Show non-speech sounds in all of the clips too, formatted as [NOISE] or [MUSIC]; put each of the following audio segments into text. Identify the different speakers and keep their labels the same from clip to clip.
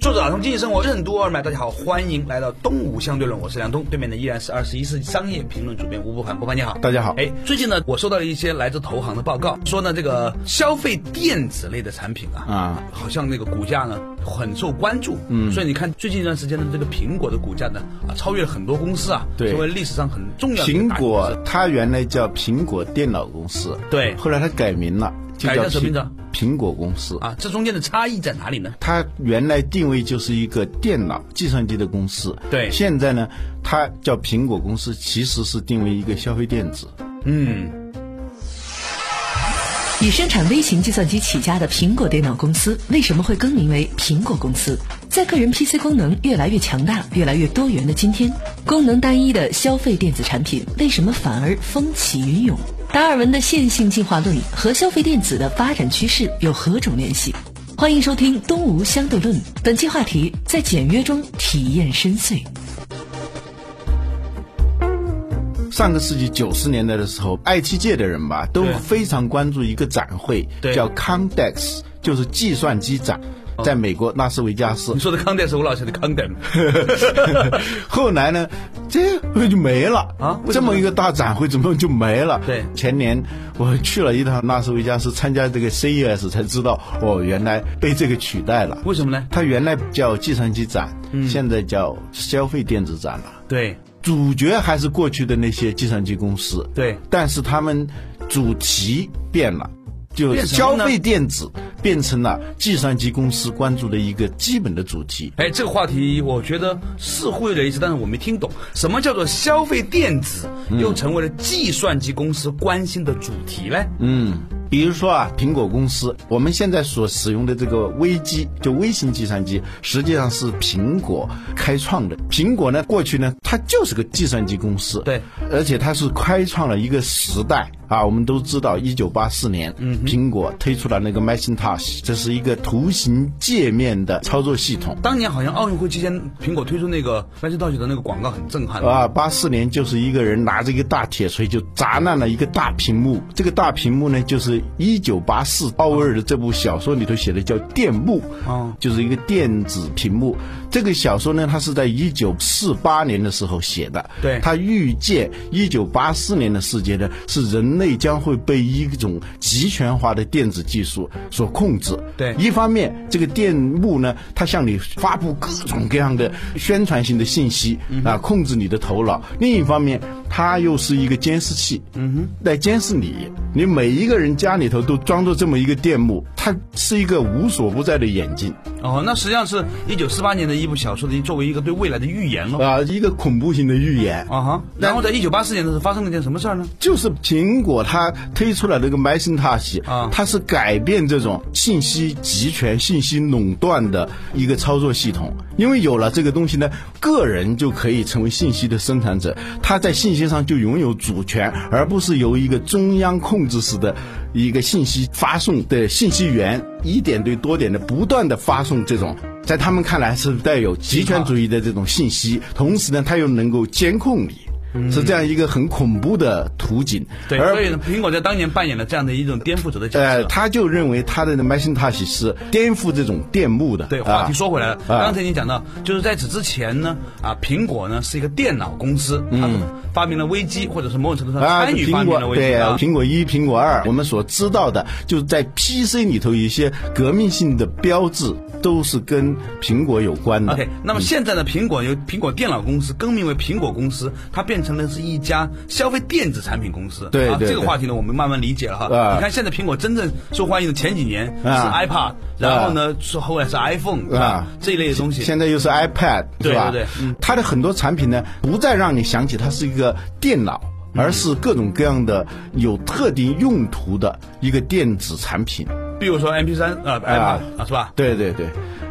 Speaker 1: 作者打通经济生活任督二脉，大家好，欢迎来到东吴相对论，我是梁东，对面的依然是二十一世纪商业评论主编吴伯凡，伯凡你好，
Speaker 2: 大家好
Speaker 1: 哎，最近呢，我收到了一些来自投行的报告，说呢，这个消费电子类的产品啊，
Speaker 2: 啊
Speaker 1: 好像那个股价呢很受关注，嗯，所以你看最近一段时间的这个苹果的股价呢啊，超越了很多公司啊，
Speaker 2: 对
Speaker 1: 成为历史上很重要的一个
Speaker 2: 苹
Speaker 1: 大公
Speaker 2: 果
Speaker 1: 司，
Speaker 2: 它原来叫苹果电脑公司，
Speaker 1: 对
Speaker 2: 后来它改名了，就
Speaker 1: 改
Speaker 2: 叫
Speaker 1: 叫什么名字
Speaker 2: 苹苹果公司。
Speaker 1: 啊，这中间的差异在哪里呢？
Speaker 2: 它原来定位就是一个电脑、计算机的公司，
Speaker 1: 对
Speaker 2: 现在呢，它叫苹果公司，其实是定位一个消费电子。
Speaker 1: 嗯，
Speaker 3: 以生产微型计算机起家的苹果电脑公司，为什么会更名为苹果公司？在个人 PC 功能越来越强大、越来越多元的今天，功能单一的消费电子产品为什么反而风起云涌？达尔文的线性进化论和消费电子的发展趋势有何种联系？欢迎收听《东吴相对论》，本期话题在简约中体验深邃。
Speaker 2: 上个世纪九十年代的时候，IT 界的人吧都
Speaker 1: 对
Speaker 2: 非常关注一个展会，
Speaker 1: 对哦
Speaker 2: 叫 Condex，就是计算机展，在美国拉斯维加斯。
Speaker 1: 你说的康代是吴老师的康代吗？
Speaker 2: [LAUGHS] 后来呢，这会就没了
Speaker 1: 啊为什
Speaker 2: 这
Speaker 1: 么呢
Speaker 2: 么一个大展会怎么就没了？
Speaker 1: 对
Speaker 2: 前年我去了一趟拉斯维加斯参加这个 CES，才知道哦，原来被这个取代了。
Speaker 1: 为什嗯么呢？
Speaker 2: 它原来叫计算机展，现在叫消费电子展了。
Speaker 1: 对
Speaker 2: 主角还是过去的那些计算机公司，
Speaker 1: 对
Speaker 2: 但是他们主题变了，就
Speaker 1: 变什么
Speaker 2: 消
Speaker 1: 呢
Speaker 2: 费电子变成了计算机公司关注的一个基本的主题。
Speaker 1: 哎，这个话题我觉得似乎有点意思，但是我没听懂什么叫做消费电子，
Speaker 2: 嗯
Speaker 1: 又成为了计算机公司关心的主题嘞？
Speaker 2: 嗯，比如说啊，苹果公司，我们现在所使用的这个微机，就微型计算机，实际上是苹果开创的。苹果呢，过去呢，它就是个计算机公司，
Speaker 1: 对，
Speaker 2: 而且它是开创了一个时代啊。我们都知道，一九八四年，嗯，苹果推出了那个 Macintosh，这是一个图形界面的操作系统。
Speaker 1: 当年好像奥运会期间，苹果推出那个 m a c i n t o s 的那个广告很震撼
Speaker 2: 啊，八四年就是一个人拿着一个大铁锤就砸烂了一个大屏幕，这个大屏幕呢，就是一九八四鲍威尔的这部小说里头写的叫电幕，
Speaker 1: 哦
Speaker 2: 就是一个电子屏幕。这个小说呢，它是在一九四八年的时候写的，
Speaker 1: 对
Speaker 2: 它预见一九八四年的世界呢，是人类将会被一种集权化的电子技术所控制，
Speaker 1: 对
Speaker 2: 一方面，这个电幕呢，它向你发布各种各样的宣传性的信息啊，控制你的头脑；另一方面，它又是一个监视器，嗯哼，来监视你。你每一个人家里头都装着这么一个电幕，它是一个无所不在的眼睛
Speaker 1: 哦，那实际上是一九四八年的一部小说的作为一个对未来的预言了。
Speaker 2: 啊、一个恐怖性的预言
Speaker 1: 啊哈，然后在一九八四年的时候发生了一件什么事儿呢？
Speaker 2: 就是苹果它推出了这个 Macintosh，
Speaker 1: 啊
Speaker 2: 它是改变这种信息集权、信息垄断的一个操作系统。因为有了这个东西呢，个人就可以成为信息的生产者，他在信息上就拥有主权，而不是由一个中央控制式的一个信息发送的信息源一点对多点的不断的发送这种。在他们看来是带有集权主义的这种信息，同时呢，它又能够监控你。是这样一个很恐怖的图景。
Speaker 1: 嗯对，
Speaker 2: 而
Speaker 1: 所以呢，苹果在当年扮演了这样的一种颠覆者的角
Speaker 2: 呃，
Speaker 1: 色。
Speaker 2: 他就认为他的 Macintosh 是颠覆这种电幕的。
Speaker 1: 对，话题
Speaker 2: 啊
Speaker 1: 说回来了，
Speaker 2: 啊
Speaker 1: 刚才你讲到，就是在此之前呢，啊，苹果呢是一个电脑公司，它发明了微机，或者是某种程度上
Speaker 2: 嗯啊，
Speaker 1: 参与发
Speaker 2: 苹
Speaker 1: 明了
Speaker 2: 果
Speaker 1: 微机。
Speaker 2: 对
Speaker 1: 啊
Speaker 2: 苹果一、苹果二，我们所知道的，就是在 PC 里头有一些革命性的标志，都是跟苹果有关的。嗯
Speaker 1: OK，那么现在呢，苹果由苹果电脑公司更名为苹果公司，它变成了是一家消费电子产品公司。
Speaker 2: 对
Speaker 1: 啊
Speaker 2: 对
Speaker 1: 这个
Speaker 2: 对
Speaker 1: 话题呢，我们慢慢理解了哈。
Speaker 2: 啊
Speaker 1: 你看现在苹果真正受欢迎的前几年是
Speaker 2: 啊
Speaker 1: iPad，、然后呢，说后来是 iPhone 对吧、
Speaker 2: 啊
Speaker 1: 这一类的东西。
Speaker 2: 现在又是 iPad，
Speaker 1: 对
Speaker 2: 是吧？
Speaker 1: 对对嗯
Speaker 2: 它的很多产品呢，不再让你想起它是一个电脑，
Speaker 1: 嗯
Speaker 2: 而是各种各样的有特定用途的一个电子产品。
Speaker 1: 比如说 MP3 呃 iPad 啊是吧？
Speaker 2: 对对对，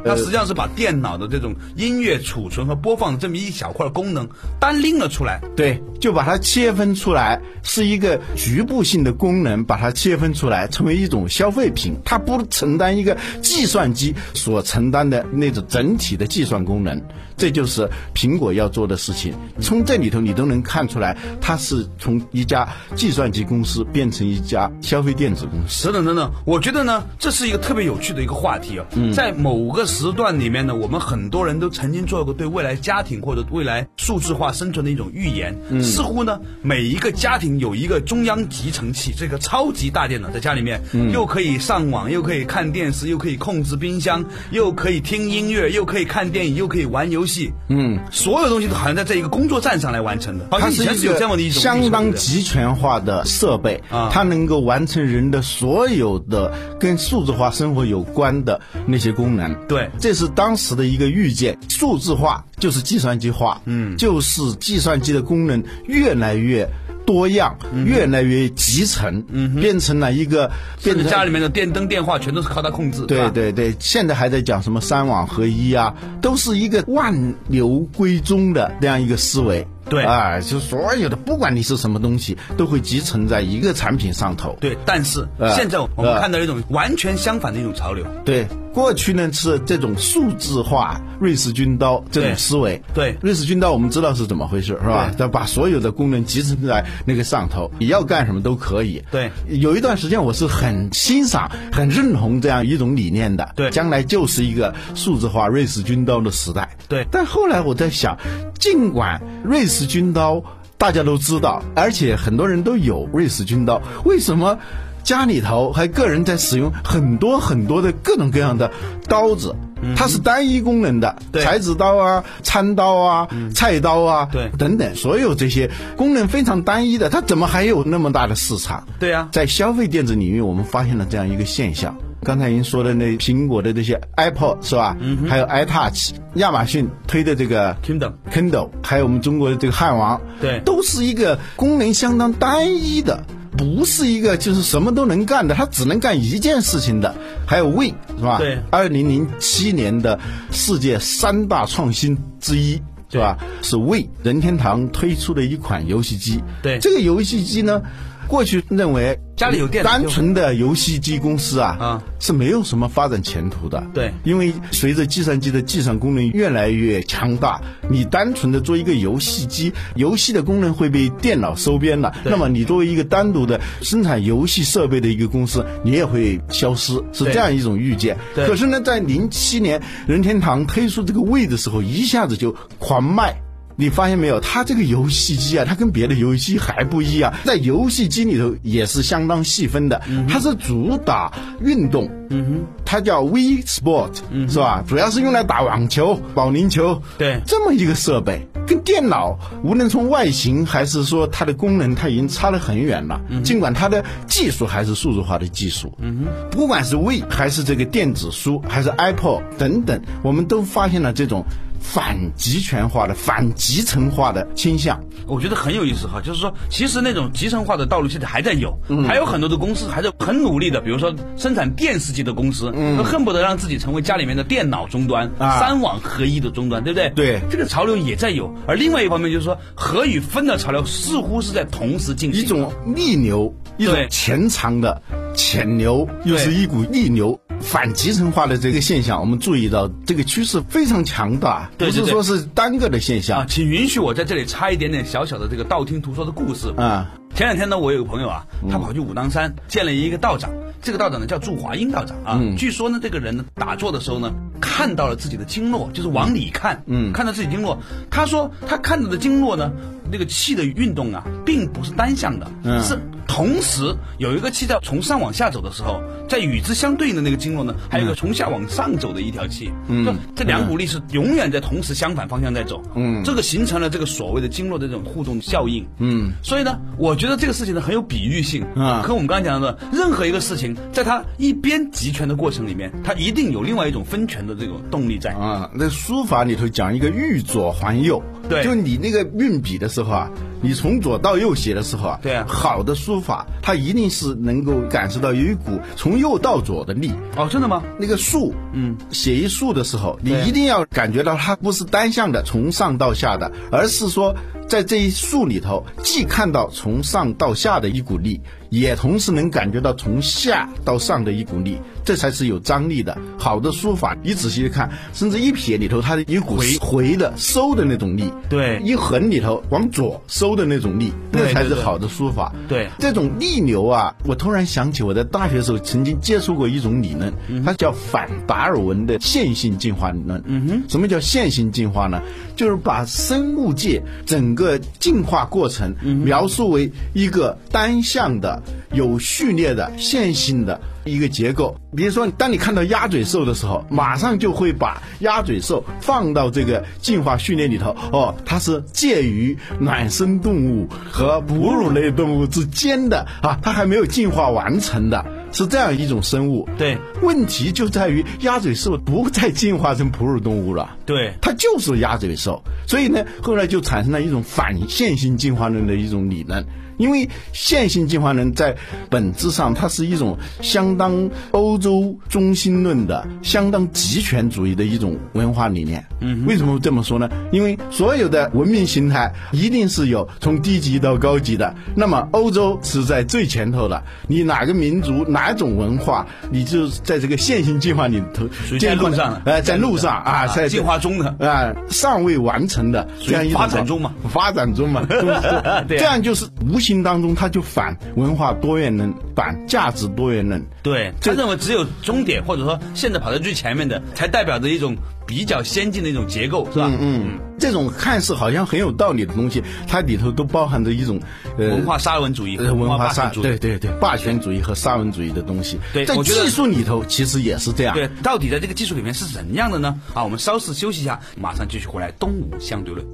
Speaker 1: 它实际上是把电脑的这种音乐储存和播放的这么一小块功能单拎了出来。
Speaker 2: 对，就把它切分出来，是一个局部性的功能，把它切分出来，成为一种消费品。它不承担一个计算机所承担的那种整体的计算功能，这就是苹果要做的事情。从这里头你都能看出来，它是从一家计算机公司变成一家消费电子公司。
Speaker 1: 等等等等，我觉得呢，这是一个特别有趣的一个话题啊。
Speaker 2: 嗯
Speaker 1: 在某个时段里面呢，我们很多人都曾经做过对未来家庭或者未来数字化生存的一种预言。
Speaker 2: 嗯
Speaker 1: 似乎呢，每一个家庭有一个中央集成器，这个超级大电脑在家里面，
Speaker 2: 嗯
Speaker 1: 又可以上网，又可以看电视，又可以控制冰箱，又可以听音乐，又可以看电影，又可以玩游戏。嗯，所有东西都好像在这一个工作站上来完成的。好
Speaker 2: 它
Speaker 1: 像以
Speaker 2: 是
Speaker 1: 前
Speaker 2: 一
Speaker 1: 是有
Speaker 2: 个
Speaker 1: 这样的一种
Speaker 2: 相当
Speaker 1: 理解的
Speaker 2: 集权化的设备
Speaker 1: 啊，
Speaker 2: 它能够完成人的所有的跟数字化生活有关的那些功能。
Speaker 1: 对
Speaker 2: 这是当时的一个预见。数字化就是计算机化，嗯，就是计算机的功能越来越。多样
Speaker 1: 嗯
Speaker 2: 越来越集成，变成了一个变
Speaker 1: 甚至
Speaker 2: 成
Speaker 1: 家里面的电灯、电话全都是靠它控制。是吧
Speaker 2: 对对对，现在还在讲什么三网合一啊，都是一个万流归宗的这样一个思维。
Speaker 1: 对
Speaker 2: 啊，就所有的，不管你是什么东西，都会集成在一个产品上头。
Speaker 1: 对，但是
Speaker 2: 呃
Speaker 1: 现在我们
Speaker 2: 呃
Speaker 1: 看到一种完全相反的一种潮流。
Speaker 2: 对，过去呢是这种数字化瑞士军刀这种思维。
Speaker 1: 对
Speaker 2: 瑞士军刀我们知道是怎么回事，是吧？要把所有的功能集成在那个上头，你要干什么都可以。
Speaker 1: 对
Speaker 2: 有一段时间我是很欣赏、很认同这样一种理念的。
Speaker 1: 对
Speaker 2: 将来就是一个数字化瑞士军刀的时代。
Speaker 1: 对
Speaker 2: 但后来我在想，尽管瑞士军刀大家都知道，而且很多人都有瑞士军刀，为什么家里头还个人在使用很多很多的各种各样的刀子？它是单一功能的，
Speaker 1: 嗯对嗯
Speaker 2: 裁纸刀啊、餐刀啊、菜刀啊，
Speaker 1: 对
Speaker 2: 等等，所有这些功能非常单一的，它怎么还有那么大的市场？
Speaker 1: 对啊
Speaker 2: 在消费电子领域，我们发现了这样一个现象。刚才您说的那苹果的这些 iPod 是吧？嗯，还有 iTouch，亚马逊推的这个
Speaker 1: Kindle
Speaker 2: Kindle，还有我们中国的这个汉王，
Speaker 1: 对
Speaker 2: 都是一个功能相当单一的，不是一个就是什么都能干的，它只能干一件事情的。还有 We 是吧？
Speaker 1: 对
Speaker 2: 二零零七年的世界三大创新之一。是吧？是 We 任天堂推出的一款游戏机。
Speaker 1: 对
Speaker 2: 这个游戏机呢，过去认为
Speaker 1: 家里有电脑
Speaker 2: 单
Speaker 1: 就
Speaker 2: 纯的游戏机公司啊，
Speaker 1: 啊
Speaker 2: 是没有什么发展前途的。
Speaker 1: 对
Speaker 2: 因为随着计算机的计算功能越来越强大，你单纯的做一个游戏机，游戏的功能会被电脑收编了。那么你作为一个单独的生产游戏设备的一个公司，你也会消失，是
Speaker 1: 对
Speaker 2: 这样一种预见。
Speaker 1: 对
Speaker 2: 可是呢，在零七年任天堂推出这个 w 的时候，一下子就狂卖。你发现没有，它这个游戏机啊，它跟别的游戏还不一样，在游戏机里头也是相当细分的，它是主打运动，嗯哼，嗯它叫 We Sport，、是吧？主要是用来打网球、保龄球，
Speaker 1: 对
Speaker 2: 这么一个设备，跟电脑无论从外形还是说它的功能，它已经差得很远了。
Speaker 1: 嗯
Speaker 2: 尽管它的技术还是数字化的技术，嗯哼，不管是 We 还是这个电子书，还是 Apple 等等，我们都发现了这种反集权化的、反集成化的倾向。
Speaker 1: 我觉得很有意思哈，就是说，其实那种集成化的道路现在还在有，
Speaker 2: 嗯
Speaker 1: 还有很多的公司还在很努力的，比如说生产电视机的公司，都恨不得让自己成为家里面的电脑终端、
Speaker 2: 嗯啊
Speaker 1: 三网合一的终端，对不对？
Speaker 2: 对
Speaker 1: 这个潮流也在有。而另外一方面就是说，合与分的潮流似乎是在同时进行
Speaker 2: 一
Speaker 1: 的，
Speaker 2: 种逆流，一种
Speaker 1: 对
Speaker 2: 潜藏的潜流，又是一股逆流。反集成化的这个现象，我们注意到这个趋势非常强大，
Speaker 1: 对对对
Speaker 2: 不是说是单个的现象
Speaker 1: 啊，请允许我在这里插一点点小小的这个道听途说的故事
Speaker 2: 啊。
Speaker 1: 前两天呢，我有个朋友啊，他跑去武当山见了一个道长，这个道长呢叫祝华英道长啊。据说呢，这个人呢打坐的时候呢，看到了自己的经络，就是往里看，嗯，看到自己经络。他说他看到的经络呢，那个气的运动啊，并不是单向的，
Speaker 2: 嗯
Speaker 1: 是同时有一个气在从上往下走的时候，在与之相对应的那个经络呢，还有一个从下往上走的一条气，嗯，就这两股力是永远在同时相反方向在走，嗯，这个形成了这个所谓的经络的这种互动效应，嗯，所以呢，我觉得这个事情呢很有比喻性，
Speaker 2: 啊
Speaker 1: 和我们刚才讲到的任何一个事情，在它一边集权的过程里面，它一
Speaker 2: 啊
Speaker 1: 定有另外一种分权的这种动力在，
Speaker 2: 啊，那书法里头讲一个欲左还右，
Speaker 1: 对
Speaker 2: 就你那个运笔的时候啊，你从左到右写的时候啊，
Speaker 1: 对啊
Speaker 2: 好的书法它一定是能够感受到有一股从右到左的力。
Speaker 1: 哦，真的吗？
Speaker 2: 那个竖，嗯，写一竖的时候，你一定要感觉到它不是单向的从上到下的，而是说在这一竖里头，既看到从上到下的一股力，也同时能感觉到从下到上的一股力，这才是有张力的。好的书法，你仔细看，甚至一撇里头，它的一股回回的收的那种力，
Speaker 1: 对
Speaker 2: 一横里头往左收的那种力，那
Speaker 1: 对
Speaker 2: 才是
Speaker 1: 对对
Speaker 2: 好的书法。
Speaker 1: 对
Speaker 2: 这种逆流啊，我突然想起我在大学时候曾经接触过一种理论，它叫反达尔文的线性进化理论。嗯哼，什么叫线性进化呢？就是把生物界整个进化过程描述为一个单向的、有序列的、线性的一个结构。比如说，当你看到鸭嘴兽的时候，马上就会把鸭嘴兽放到这个进化序列里头。哦，它是介于卵生动物和哺乳类动物之间的啊，它还没有进化完成的，是这样一种生物。
Speaker 1: 对，
Speaker 2: 问题就在于鸭嘴兽不再进化成哺乳动物了。
Speaker 1: 对
Speaker 2: 它就是鸭嘴兽，所以呢，后来就产生了一种反线性进化论的一种理论。因为线性进化论在本质上，它是一种相当欧洲中心论的、相当极权主义的一种文化理念。嗯，为什么这么说呢？因为所有的文明形态一定是有从低级到高级的，那么欧洲是在最前头的。你哪个民族、哪种文化，你就在这个线性进化里头
Speaker 1: 属于
Speaker 2: 见
Speaker 1: 在
Speaker 2: 过
Speaker 1: 路上了
Speaker 2: 呃，在路上啊，
Speaker 1: 啊
Speaker 2: 在
Speaker 1: 进化中的
Speaker 2: 啊，尚未完成的这样一种啊
Speaker 1: 发展中嘛，
Speaker 2: 发展
Speaker 1: [LAUGHS]
Speaker 2: 中嘛，就是
Speaker 1: 对啊
Speaker 2: 这样就是无形当中它就反文化多元论，反价值多元论。
Speaker 1: 对，他认为只有终点或者说现在跑在最前面的，才代表着一种比较先进的一种结构，是吧？
Speaker 2: 嗯，这种看似好像很有道理的东西，它里头都包含着一种呃
Speaker 1: 文化沙文主义，
Speaker 2: 呃文化
Speaker 1: 霸
Speaker 2: 沙
Speaker 1: 权主义，
Speaker 2: 对对对霸权主义和沙文主义的东西。
Speaker 1: 对
Speaker 2: 在
Speaker 1: 我觉得
Speaker 2: 技术里头其实也是这样。
Speaker 1: 对，到底在这个技术里面是怎样的呢？啊，我们稍事休息一下，马上继续回来东吴相对论。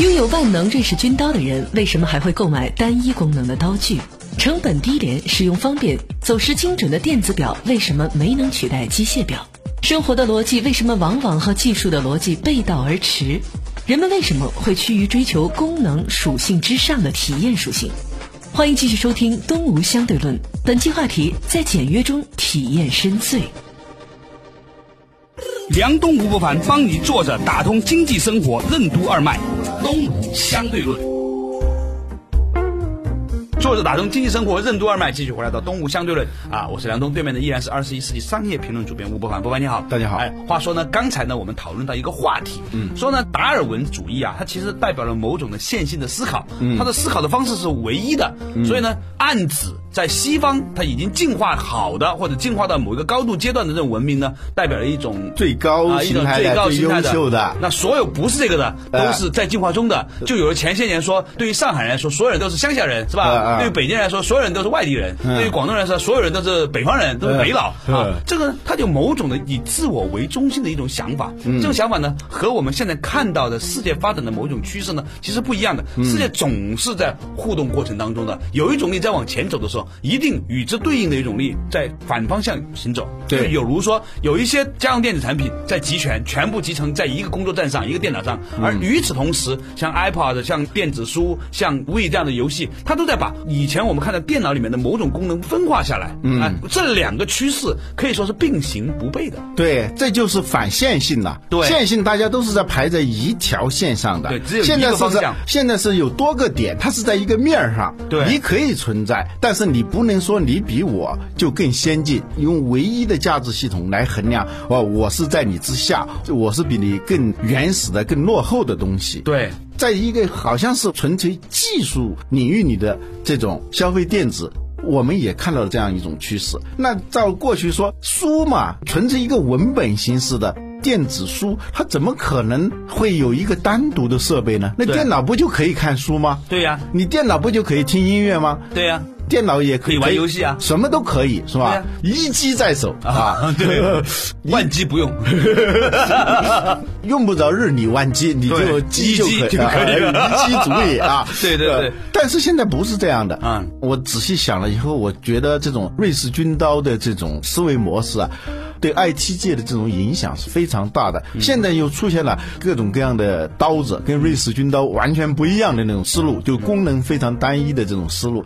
Speaker 3: 拥有万能瑞士军刀的人，为什么还会购买单一功能的刀具？成本低廉，使用方便，走时精准的电子表为什么没能取代机械表？生活的逻辑为什么往往和技术的逻辑背道而驰？人们为什么会趋于追求功能属性之上的体验属性？欢迎继续收听《东吴相对论》，本期话题在简约中体验深邃。
Speaker 4: 梁东吴不凡帮你坐着打通经济生活任督二脉，东吴相对论。
Speaker 1: 作者打通经济生活任督二脉，继续回来到东吴相对论啊，我是梁东，对面的依然是二十一世纪商业评论主编吴伯凡，伯凡你好，
Speaker 2: 大家好
Speaker 1: 哎，话说呢，刚才呢我们讨论到一个话题，嗯，说呢达尔文主义啊，它其实代表了某种的线性的思考，嗯，它的思考的方式是唯一的，
Speaker 2: 嗯
Speaker 1: 所以呢，暗指在西方它已经进化好的或者进化到某一个高度阶段的这种文明呢，代表了一种
Speaker 2: 最高
Speaker 1: 啊，一
Speaker 2: 形
Speaker 1: 种
Speaker 2: 态
Speaker 1: 最高
Speaker 2: 的、最
Speaker 1: 形态
Speaker 2: 优秀
Speaker 1: 的
Speaker 2: 的。，
Speaker 1: 那所有不是这个的，
Speaker 2: 呃
Speaker 1: 都是在进化中的。就有了前些年说，对于上海人来说，所有人都是乡下人，是
Speaker 2: 呃
Speaker 1: 吧？
Speaker 2: 呃嗯
Speaker 1: 对于北京人来说，所有人都是外地人；对于广东人来说，所有人都是北方人，都是北佬
Speaker 2: 呃
Speaker 1: 啊
Speaker 2: 呃。
Speaker 1: 这个他就某种的以自我为中心的一种想法。
Speaker 2: 嗯
Speaker 1: 这种想法呢，和我们现在看到的世界发展的某种趋势呢，其实不一样的。
Speaker 2: 嗯
Speaker 1: 世界总是在互动过程当中的，有一种力在往前走的时候，一定与之对应的一种力在反方向行走。
Speaker 2: 对
Speaker 1: 就有如说有一些家用电子产品在集权，全部集成在一个工作站上、一个电脑上，
Speaker 2: 嗯
Speaker 1: 而与此同时，像 iPad、像电子书、像 We 这样的游戏，它都在把以前我们看到电脑里面的某种功能分化下来。嗯、这两个趋势可以说是并行不悖的。
Speaker 2: 对，这就是反线性了。
Speaker 1: 对
Speaker 2: 线性大家都是在排在一条线上的。
Speaker 1: 对只有
Speaker 2: 现在
Speaker 1: 一个
Speaker 2: 是
Speaker 1: 方
Speaker 2: 在
Speaker 1: 向
Speaker 2: 现在是有多个点，它是在一个面儿上。
Speaker 1: 对
Speaker 2: 你可以存在，但是你不能说你比我就更先进，用唯一的价值系统来衡量。哦，我是在你之下，我是比你更原始的、更落后的东西。。
Speaker 1: 对
Speaker 2: 在一个好像是纯粹技术领域里的这种消费电子。我们也看到了这样一种趋势。那照过去说，书嘛，纯粹一个文本形式的电子书，它怎么可能会有一个单独的设备呢？那
Speaker 1: 对
Speaker 2: 电脑不就可以看书吗？
Speaker 1: 对呀
Speaker 2: 你电脑不就可以听音乐吗？
Speaker 1: 对呀、
Speaker 2: 电脑也可
Speaker 1: 可以玩游戏啊
Speaker 2: 什么都可以，是吧？一机在手
Speaker 1: [LAUGHS]
Speaker 2: 啊，对，
Speaker 1: 万机
Speaker 2: [LAUGHS]
Speaker 1: 不用。
Speaker 2: 用不着日理万机，你就
Speaker 1: 对
Speaker 2: 机就可
Speaker 1: 一机就
Speaker 2: 啊
Speaker 1: 可以了！
Speaker 2: 一机足矣啊
Speaker 1: [LAUGHS] 对对对
Speaker 2: 呃但是现在不是这样的
Speaker 1: 嗯
Speaker 2: 我仔细想了以后，我觉得这种瑞士军刀的这种思维模式啊，对 IT 界的这种影响是非常大的。
Speaker 1: 嗯
Speaker 2: 现在又出现了各种各样的刀子，跟瑞士军刀完全不一样的那种思路，
Speaker 1: 嗯
Speaker 2: 就功能非常单一的这种思路。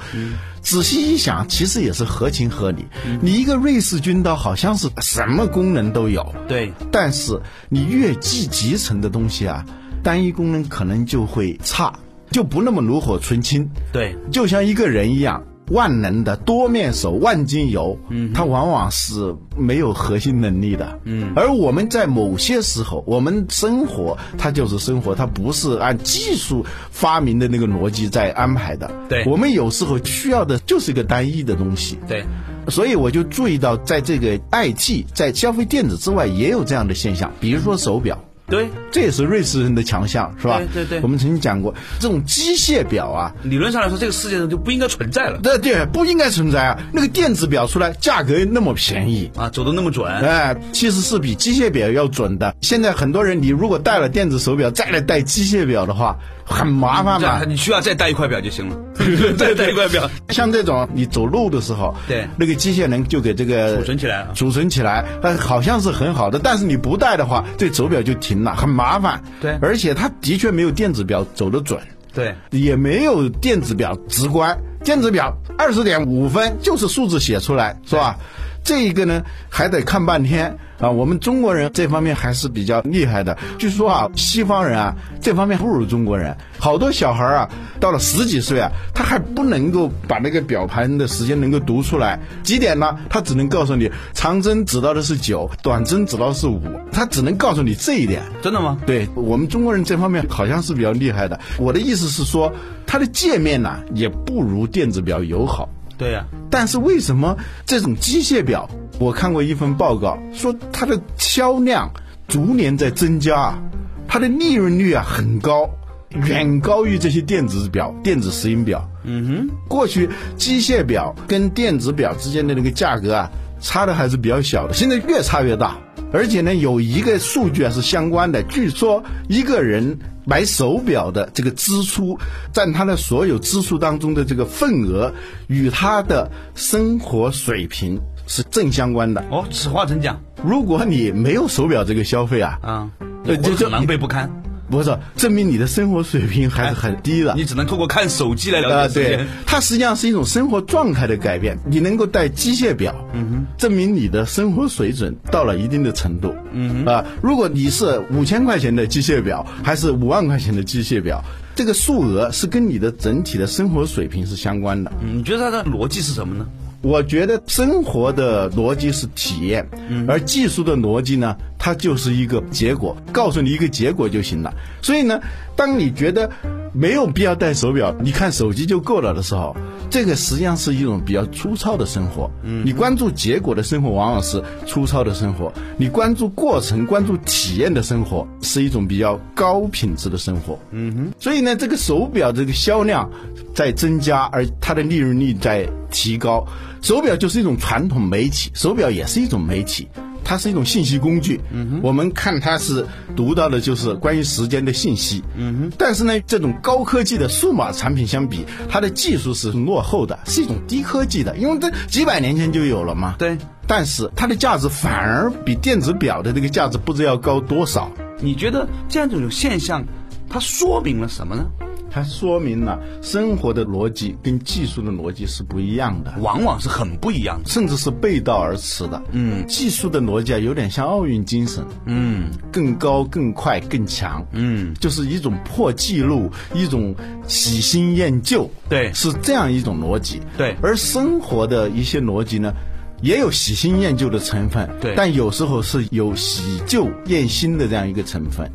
Speaker 2: 仔细一想，其实也是合情合理。
Speaker 1: 嗯
Speaker 2: 你一个瑞士军刀好像是什么功能都有，
Speaker 1: 对，
Speaker 2: 但是你越集集成的东西啊，单一功能可能就会差，就不那么炉火纯青。
Speaker 1: 对，
Speaker 2: 就像一个人一样，万能的、多面手、万金油，嗯，他往往是没有核心能力的，嗯。而我们在某些时候，我们生活它就是生活，它不是按技术发明的那个逻辑在安排的。
Speaker 1: 对
Speaker 2: 我们有时候需要的就是一个单一的东西。
Speaker 1: 对。
Speaker 2: 所以我就注意到，在这个 IT 在消费电子之外，也有这样的现象，比如说手表。
Speaker 1: 对，
Speaker 2: 这也是瑞士人的强项，是吧？
Speaker 1: 对对对
Speaker 2: 我们曾经讲过，这种机械表啊，
Speaker 1: 理论上来说，这个世界上就不应该存在了
Speaker 2: 对对，不应该存在啊！那个电子表出来价格那么便宜。
Speaker 1: 啊，走的那么准。
Speaker 2: 哎，其实是比机械表要准的。现在很多人，你如果戴了电子手表，再来戴机械表的话，很麻烦
Speaker 1: 这
Speaker 2: 嘛
Speaker 1: 样，。你需要再带一块表就行
Speaker 2: [LAUGHS]
Speaker 1: 了，再带一块表。
Speaker 2: 像这种你走路的时候，
Speaker 1: 对
Speaker 2: 那个机械人就给这个
Speaker 1: 储存起来了啊
Speaker 2: 储存起来，呃，好像是很好的，但是你不戴的话，这手表就停了，很麻烦。
Speaker 1: 对
Speaker 2: 而且它的确没有电子表走得准。
Speaker 1: 对，
Speaker 2: 也没有电子表直观，电子表二十点五分就是数字写出来，是吧？这一个呢还得看半天啊。我们中国人这方面还是比较厉害的，据说啊，西方人啊这方面不如中国人，好多小孩啊到了十几岁啊，他还不能够把那个表盘的时间能够读出来几点呢？他只能告诉你长针指到的是九，短针指到的是五，他只能告诉你这一点。
Speaker 1: 真的吗？
Speaker 2: 对我们中国人这方面好像是比较厉害的。我的意思是说，它的界面呢、也不如电子表友好。
Speaker 1: 对呀、
Speaker 2: 但是为什么这种机械表，我看过一份报告说它的销量逐年在增加，啊，它的利润率啊很高，远高于这些电子表、电子石英表。嗯哼，过去机械表跟电子表之间的那个价格啊，差的还是比较小的，现在越差越大。而且呢，有一个数据啊是相关的，据说一个人买手表的这个支出，占他的所有支出当中的这个份额，与他的生活水平是正相关的。
Speaker 1: 哦，此话怎讲
Speaker 2: 如果你没有手表这个消费啊，
Speaker 1: 啊？你
Speaker 2: 呃
Speaker 1: 活
Speaker 2: 这
Speaker 1: 得
Speaker 2: 这
Speaker 1: 很狼狈不堪，
Speaker 2: 不是证明你的生活水平还是很低的。
Speaker 1: 你只能透过看手机来
Speaker 2: 啊、
Speaker 1: 了解时
Speaker 2: 对
Speaker 1: 间。，
Speaker 2: 它实际上是一种生活状态的改变。你能够戴机械表，
Speaker 1: 嗯
Speaker 2: 证明你的生活水准到了一定的程度。嗯啊、如果你是五千块钱的机械表，还是五万块钱的机械表，这个数额是跟你的整体的生活水平是相关的。
Speaker 1: 嗯你觉得它的逻辑是什么呢？
Speaker 2: 我觉得生活的逻辑是体验，而技术的逻辑呢，它就是一个结果，告诉你一个结果就行了。所以呢，当你觉得没有必要戴手表，你看手机就够了的时候，这个实际上是一种比较粗糙的生活。你关注结果的生活，往往是粗糙的生活；你关注过程、关注体验的生活，是一种比较高品质的生活。嗯哼。所以呢，这个手表这个销量在增加，而它的利润率在提高。手表就是一种传统媒体，手表也是一种媒体，它是一种信息工具。嗯哼，我们看它是读到的就是关于时间的信息。嗯哼，但是呢，这种高科技的数码产品相比，它的技术是落后的，是一种低科技的，因为这几百年前就有了嘛。
Speaker 1: 对，
Speaker 2: 但是它的价值反而比电子表的这个价值不知要高多少。
Speaker 1: 你觉得这样一种现象，它说明了什么呢？
Speaker 2: 它说明了生活的逻辑跟技术的逻辑是不一样的，
Speaker 1: 往往是很不一样的。
Speaker 2: 甚至是背道而驰的。嗯，技术的逻辑啊，有点像奥运精神。嗯，更高、更快、更强。嗯，就是一种破纪录，一种喜新厌旧。
Speaker 1: 对
Speaker 2: 是这样一种逻辑。
Speaker 1: 对
Speaker 2: 而生活的一些逻辑呢。也有喜新厌旧的成分，
Speaker 1: 对
Speaker 2: 但有时候是有喜旧厌新的这样一个成分。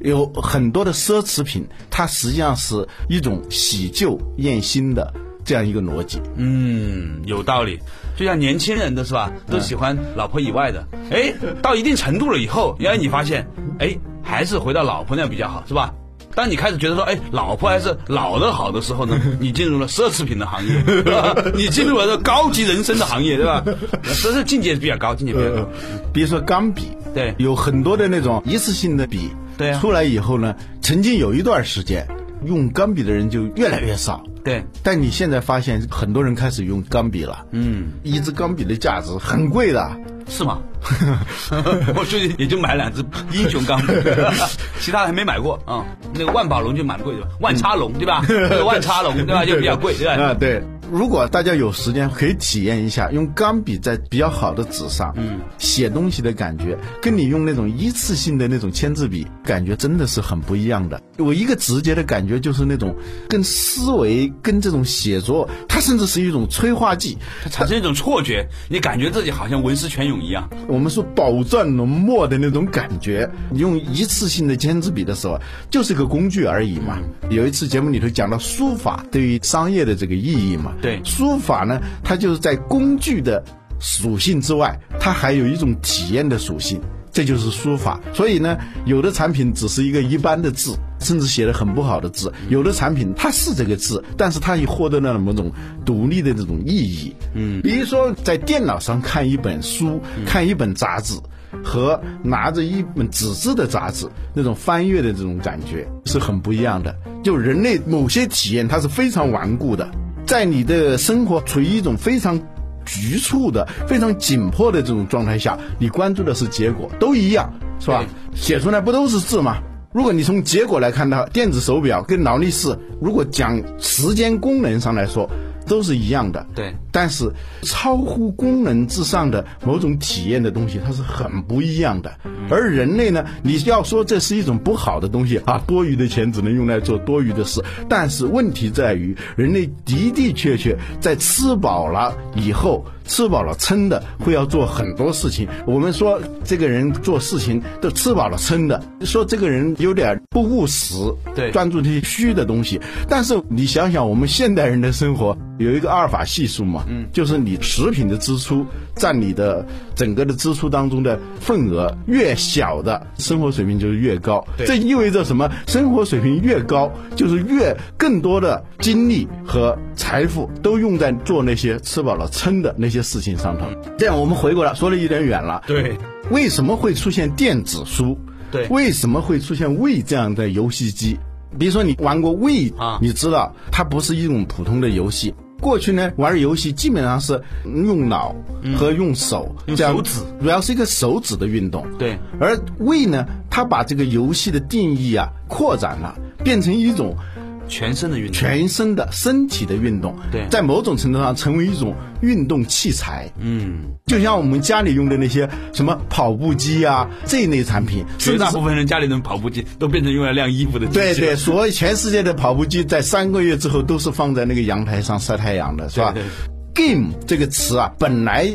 Speaker 2: 有很多的奢侈品，它实际上是一种喜旧厌新的这样一个逻辑。
Speaker 1: 嗯，有道理。就像年轻人的是吧，都喜欢老婆以外的。哎，到一定程度了以后，原来你发现，哎，还是回到老婆那比较好，是吧？当你开始觉得说，哎，老婆还是老的好的时候呢，你进入了奢侈品的行业，是吧你进入了这高级人生的行业，对吧？这是境界比较高，境界比较高。
Speaker 2: 比如说钢笔，
Speaker 1: 对
Speaker 2: 有很多的那种一次性的笔，
Speaker 1: 对啊
Speaker 2: 出来以后呢，曾经有一段时间，用钢笔的人就越来越少。
Speaker 1: 对
Speaker 2: 但你现在发现很多人开始用钢笔了，嗯，一支钢笔的价值很贵的，
Speaker 1: 是吗？ [LAUGHS] 我最近也就买两只英雄钢笔， [LAUGHS] 其他的还没买过啊、嗯那个万宝龙就买不贵对吧？万叉龙对吧？那个万叉龙对吧？就比较贵对吧？
Speaker 2: 啊，对。如果大家有时间，可以体验一下用钢笔在比较好的纸上，嗯，写东西的感觉，跟你用那种一次性的那种签字笔，感觉真的是很不一样的。我一个直接的感觉就是那种跟思维、跟这种写作，它甚至是一种催化剂。
Speaker 1: 产生一种错觉，你感觉自己好像文思泉涌一样。
Speaker 2: 我们说宝篆龙墨的那种感觉，你用一次性的签字笔的时候，就是个工具而已嘛。
Speaker 1: 嗯
Speaker 2: 有一次节目里头讲到书法对于商业的这个意义嘛，
Speaker 1: 对
Speaker 2: 书法呢，它就是在工具的属性之外，它还有一种体验的属性。这就是书法，所以呢，有的产品只是一个一般的字，甚至写的很不好的字；有的产品它是这个字，但是它也获得了某种独立的这种意义。嗯，比如说在电脑上看一本书、看一本杂志，和拿着一本纸质的杂志那种翻阅的这种感觉是很不一样的。就人类某些体验，它是非常顽固的，在你的生活处于一种非常局促的、非常紧迫的这种状态下，你关注的是结果，都一样，是吧？写出来不都是字吗？如果你从结果来看的话，电子手表跟劳力士，如果讲时间功能上来说，都是一样的。
Speaker 1: 对
Speaker 2: 但是超乎功能至上的某种体验的东西，它是很不一样的。而人类呢，你要说这是一种不好的东西啊，多余的钱只能用来做多余的事。但是问题在于，人类的的确确在吃饱了以后，吃饱了撑的会要做很多事情。我们说这个人做事情都吃饱了撑的，说这个人有点不务实，
Speaker 1: 对
Speaker 2: 专注于虚的东西。但是你想想，我们现代人的生活有一个阿尔法系数嘛，嗯，就是你食品的支出占你的整个的支出当中的份额越小的，生活水平就是越高。这意味着什么？生活水平越高，就是越更多的精力和财富都用在做那些吃饱了撑的那些事情上头。这样我们回过来说了有点远了，
Speaker 1: 对，
Speaker 2: 为什么会出现电子书？
Speaker 1: 对
Speaker 2: 为什么会出现胃这样的游戏机？比如说你玩过胃
Speaker 1: 啊
Speaker 2: 你知道它不是一种普通的游戏。过去呢，玩游戏基本上是用脑和用手，
Speaker 1: 嗯用
Speaker 2: 这样
Speaker 1: 手指，
Speaker 2: 主要是一个手指的运动。
Speaker 1: 对
Speaker 2: 而胃呢，它把这个游戏的定义啊扩展了，变成一种
Speaker 1: 全身的运动。
Speaker 2: 全身的身体的运动，
Speaker 1: 对
Speaker 2: 在某种程度上成为一种运动器材。嗯，就像我们家里用的那些什么跑步机啊这一类产品，
Speaker 1: 绝
Speaker 2: 甚至
Speaker 1: 大
Speaker 2: 是
Speaker 1: 部分人家里的跑步机都变成用来晾衣服的机器
Speaker 2: 对
Speaker 1: 了
Speaker 2: 对，所以全世界的跑步机在三个月之后都是放在那个阳台上晒太阳的，是吧
Speaker 1: 对
Speaker 2: game 这个词啊，本来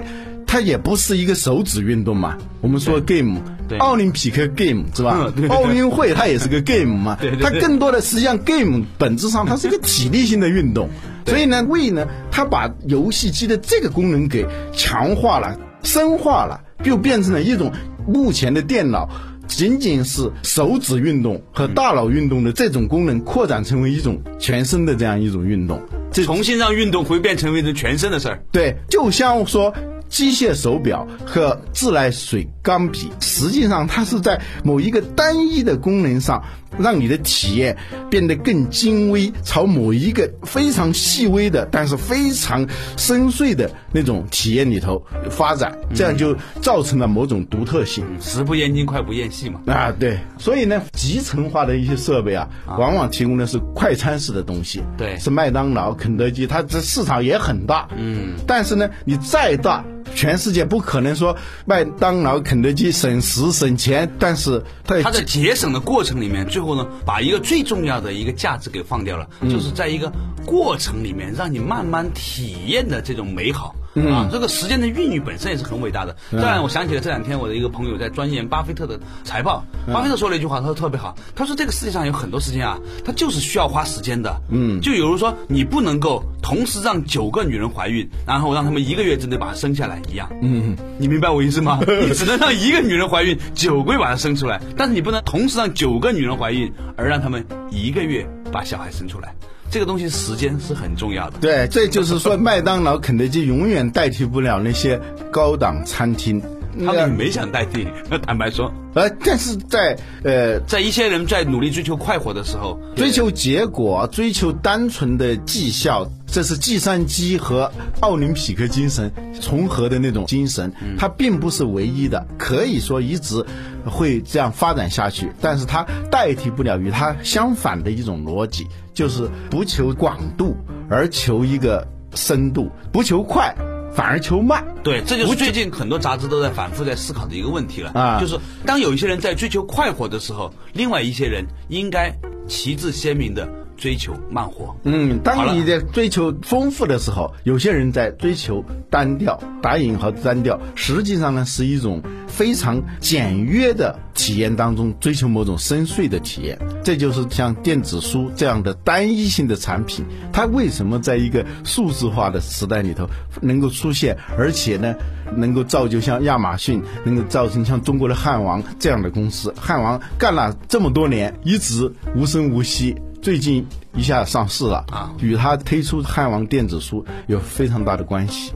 Speaker 2: 它也不是一个手指运动嘛。我们说 game，
Speaker 1: 对
Speaker 2: 奥林匹克 game 是吧
Speaker 1: 嗯？ [LAUGHS] 对对对
Speaker 2: 奥运会它也是个 game 嘛。
Speaker 1: [LAUGHS] 对对对
Speaker 2: 它更多的实际上 game 本质上它是一个体力性的运动，所以呢，we 呢，它把游戏机的这个功能给强化了、深化了，就变成了一种目前的电脑。仅仅是手指运动和大脑运动的这种功能扩展成为一种全身的这样一种运动，这
Speaker 1: 重新让运动会变成为一种全身的事儿。
Speaker 2: 对，就像说机械手表和自来水钢笔，实际上它是在某一个单一的功能上，让你的体验变得更精微，朝某一个非常细微的，但是非常深邃的那种体验里头发展，这样就造成了某种独特性。
Speaker 1: 食不厌精，快不厌细嘛。
Speaker 2: 啊，对，所以呢，集成化的一些设备啊，往往提供的是快餐式的东西，
Speaker 1: 对
Speaker 2: 是麦当劳、肯德基，它这市场也很大，嗯，但是呢，你再大，全世界不可能说麦当劳、肯德基省时省钱，但是它也
Speaker 1: 他在节省的过程里面，最后呢，把一个最重要的一个价值给放掉了，就是在一个过程里面，让你慢慢体验的这种美好。啊，这个时间的孕育本身也是很伟大的。当然，我想起了这两天我的一个朋友在钻研巴菲特的财报，巴菲特说了一句话，他说特别好，他说这个世界上有很多事情啊，它就是需要花时间的。嗯，就比如说你不能够同时让九个女人怀孕，然后让她们一个月之内把她生下来一样。嗯，你明白我意思吗？ [LAUGHS] 你只能让一个女人怀孕，九个月把她生出来，但是你不能同时让九个女人怀孕，而让她们一个月把小孩生出来。这个东西时间是很重要的。 [LAUGHS]
Speaker 2: 对，这就是说麦当劳、肯德基永远代替不了那些高档餐厅。
Speaker 1: 他们也没想代替。 [LAUGHS] 坦白说，
Speaker 2: 呃，但是在呃
Speaker 1: 在一些人在努力追求快活的时候，
Speaker 2: 追求结果、追求单纯的绩效，这是计算机和奥林匹克精神重合的那种精神，
Speaker 1: 嗯
Speaker 2: 它并不是唯一的，可以说一直会这样发展下去，但是它代替不了与它相反的一种逻辑，就是不求广度，而求一个深度，不求快，反而求慢。
Speaker 1: 对，这就是最近很多杂志都在反复在思考的一个问题了，
Speaker 2: 啊
Speaker 1: 就是当有一些人在追求快活的时候，另外一些人应该旗帜鲜明的追求慢活。
Speaker 2: 嗯，
Speaker 1: 好了
Speaker 2: 当你在追求丰富的时候，有些人在追求单调（打引号的单调），实际上呢是一种非常简约的体验当中追求某种深邃的体验。这就是像电子书这样的单一性的产品，它为什么在一个数字化的时代里头能够出现，而且呢能够造就像亚马逊，能够造成像中国的汉王这样的公司？汉王干了这么多年，一直无声无息。最近一下上市了
Speaker 1: 啊
Speaker 2: 与他推出汉王电子书有非常大的关系。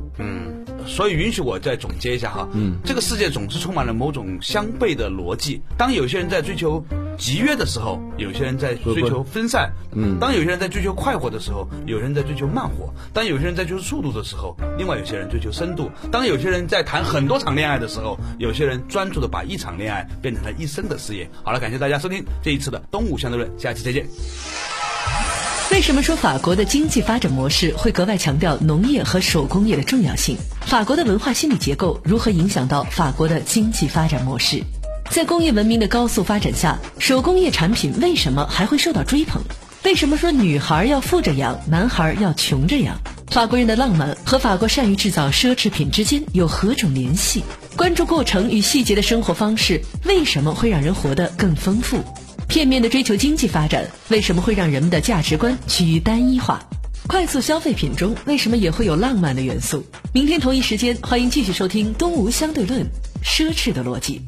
Speaker 1: 所以允许我再总结一下哈，嗯，这个世界总是充满了某种相悖的逻辑。当有些人在追求集约的时候，有些人在追求分散；嗯，当有些人在追求快活的时候，有些人在追求慢活；当有些人在追求速度的时候，另外有些人追求深度；当有些人在谈很多场恋爱的时候，有些人专注的把一场恋爱变成了一生的事业。好了，感谢大家收听这一次的东吴相对论，下期再见。
Speaker 3: 为什么说法国的经济发展模式会格外强调农业和手工业的重要性？法国的文化心理结构如何影响到法国的经济发展模式？在工业文明的高速发展下，手工业产品为什么还会受到追捧？为什么说女孩要富着养，男孩要穷着养？法国人的浪漫和法国善于制造奢侈品之间有何种联系？关注过程与细节的生活方式，为什么会让人活得更丰富？片面的追求经济发展，为什么会让人们的价值观趋于单一化？快速消费品中为什么也会有浪漫的元素？明天同一时间，欢迎继续收听《东吴相对论：奢侈的逻辑》。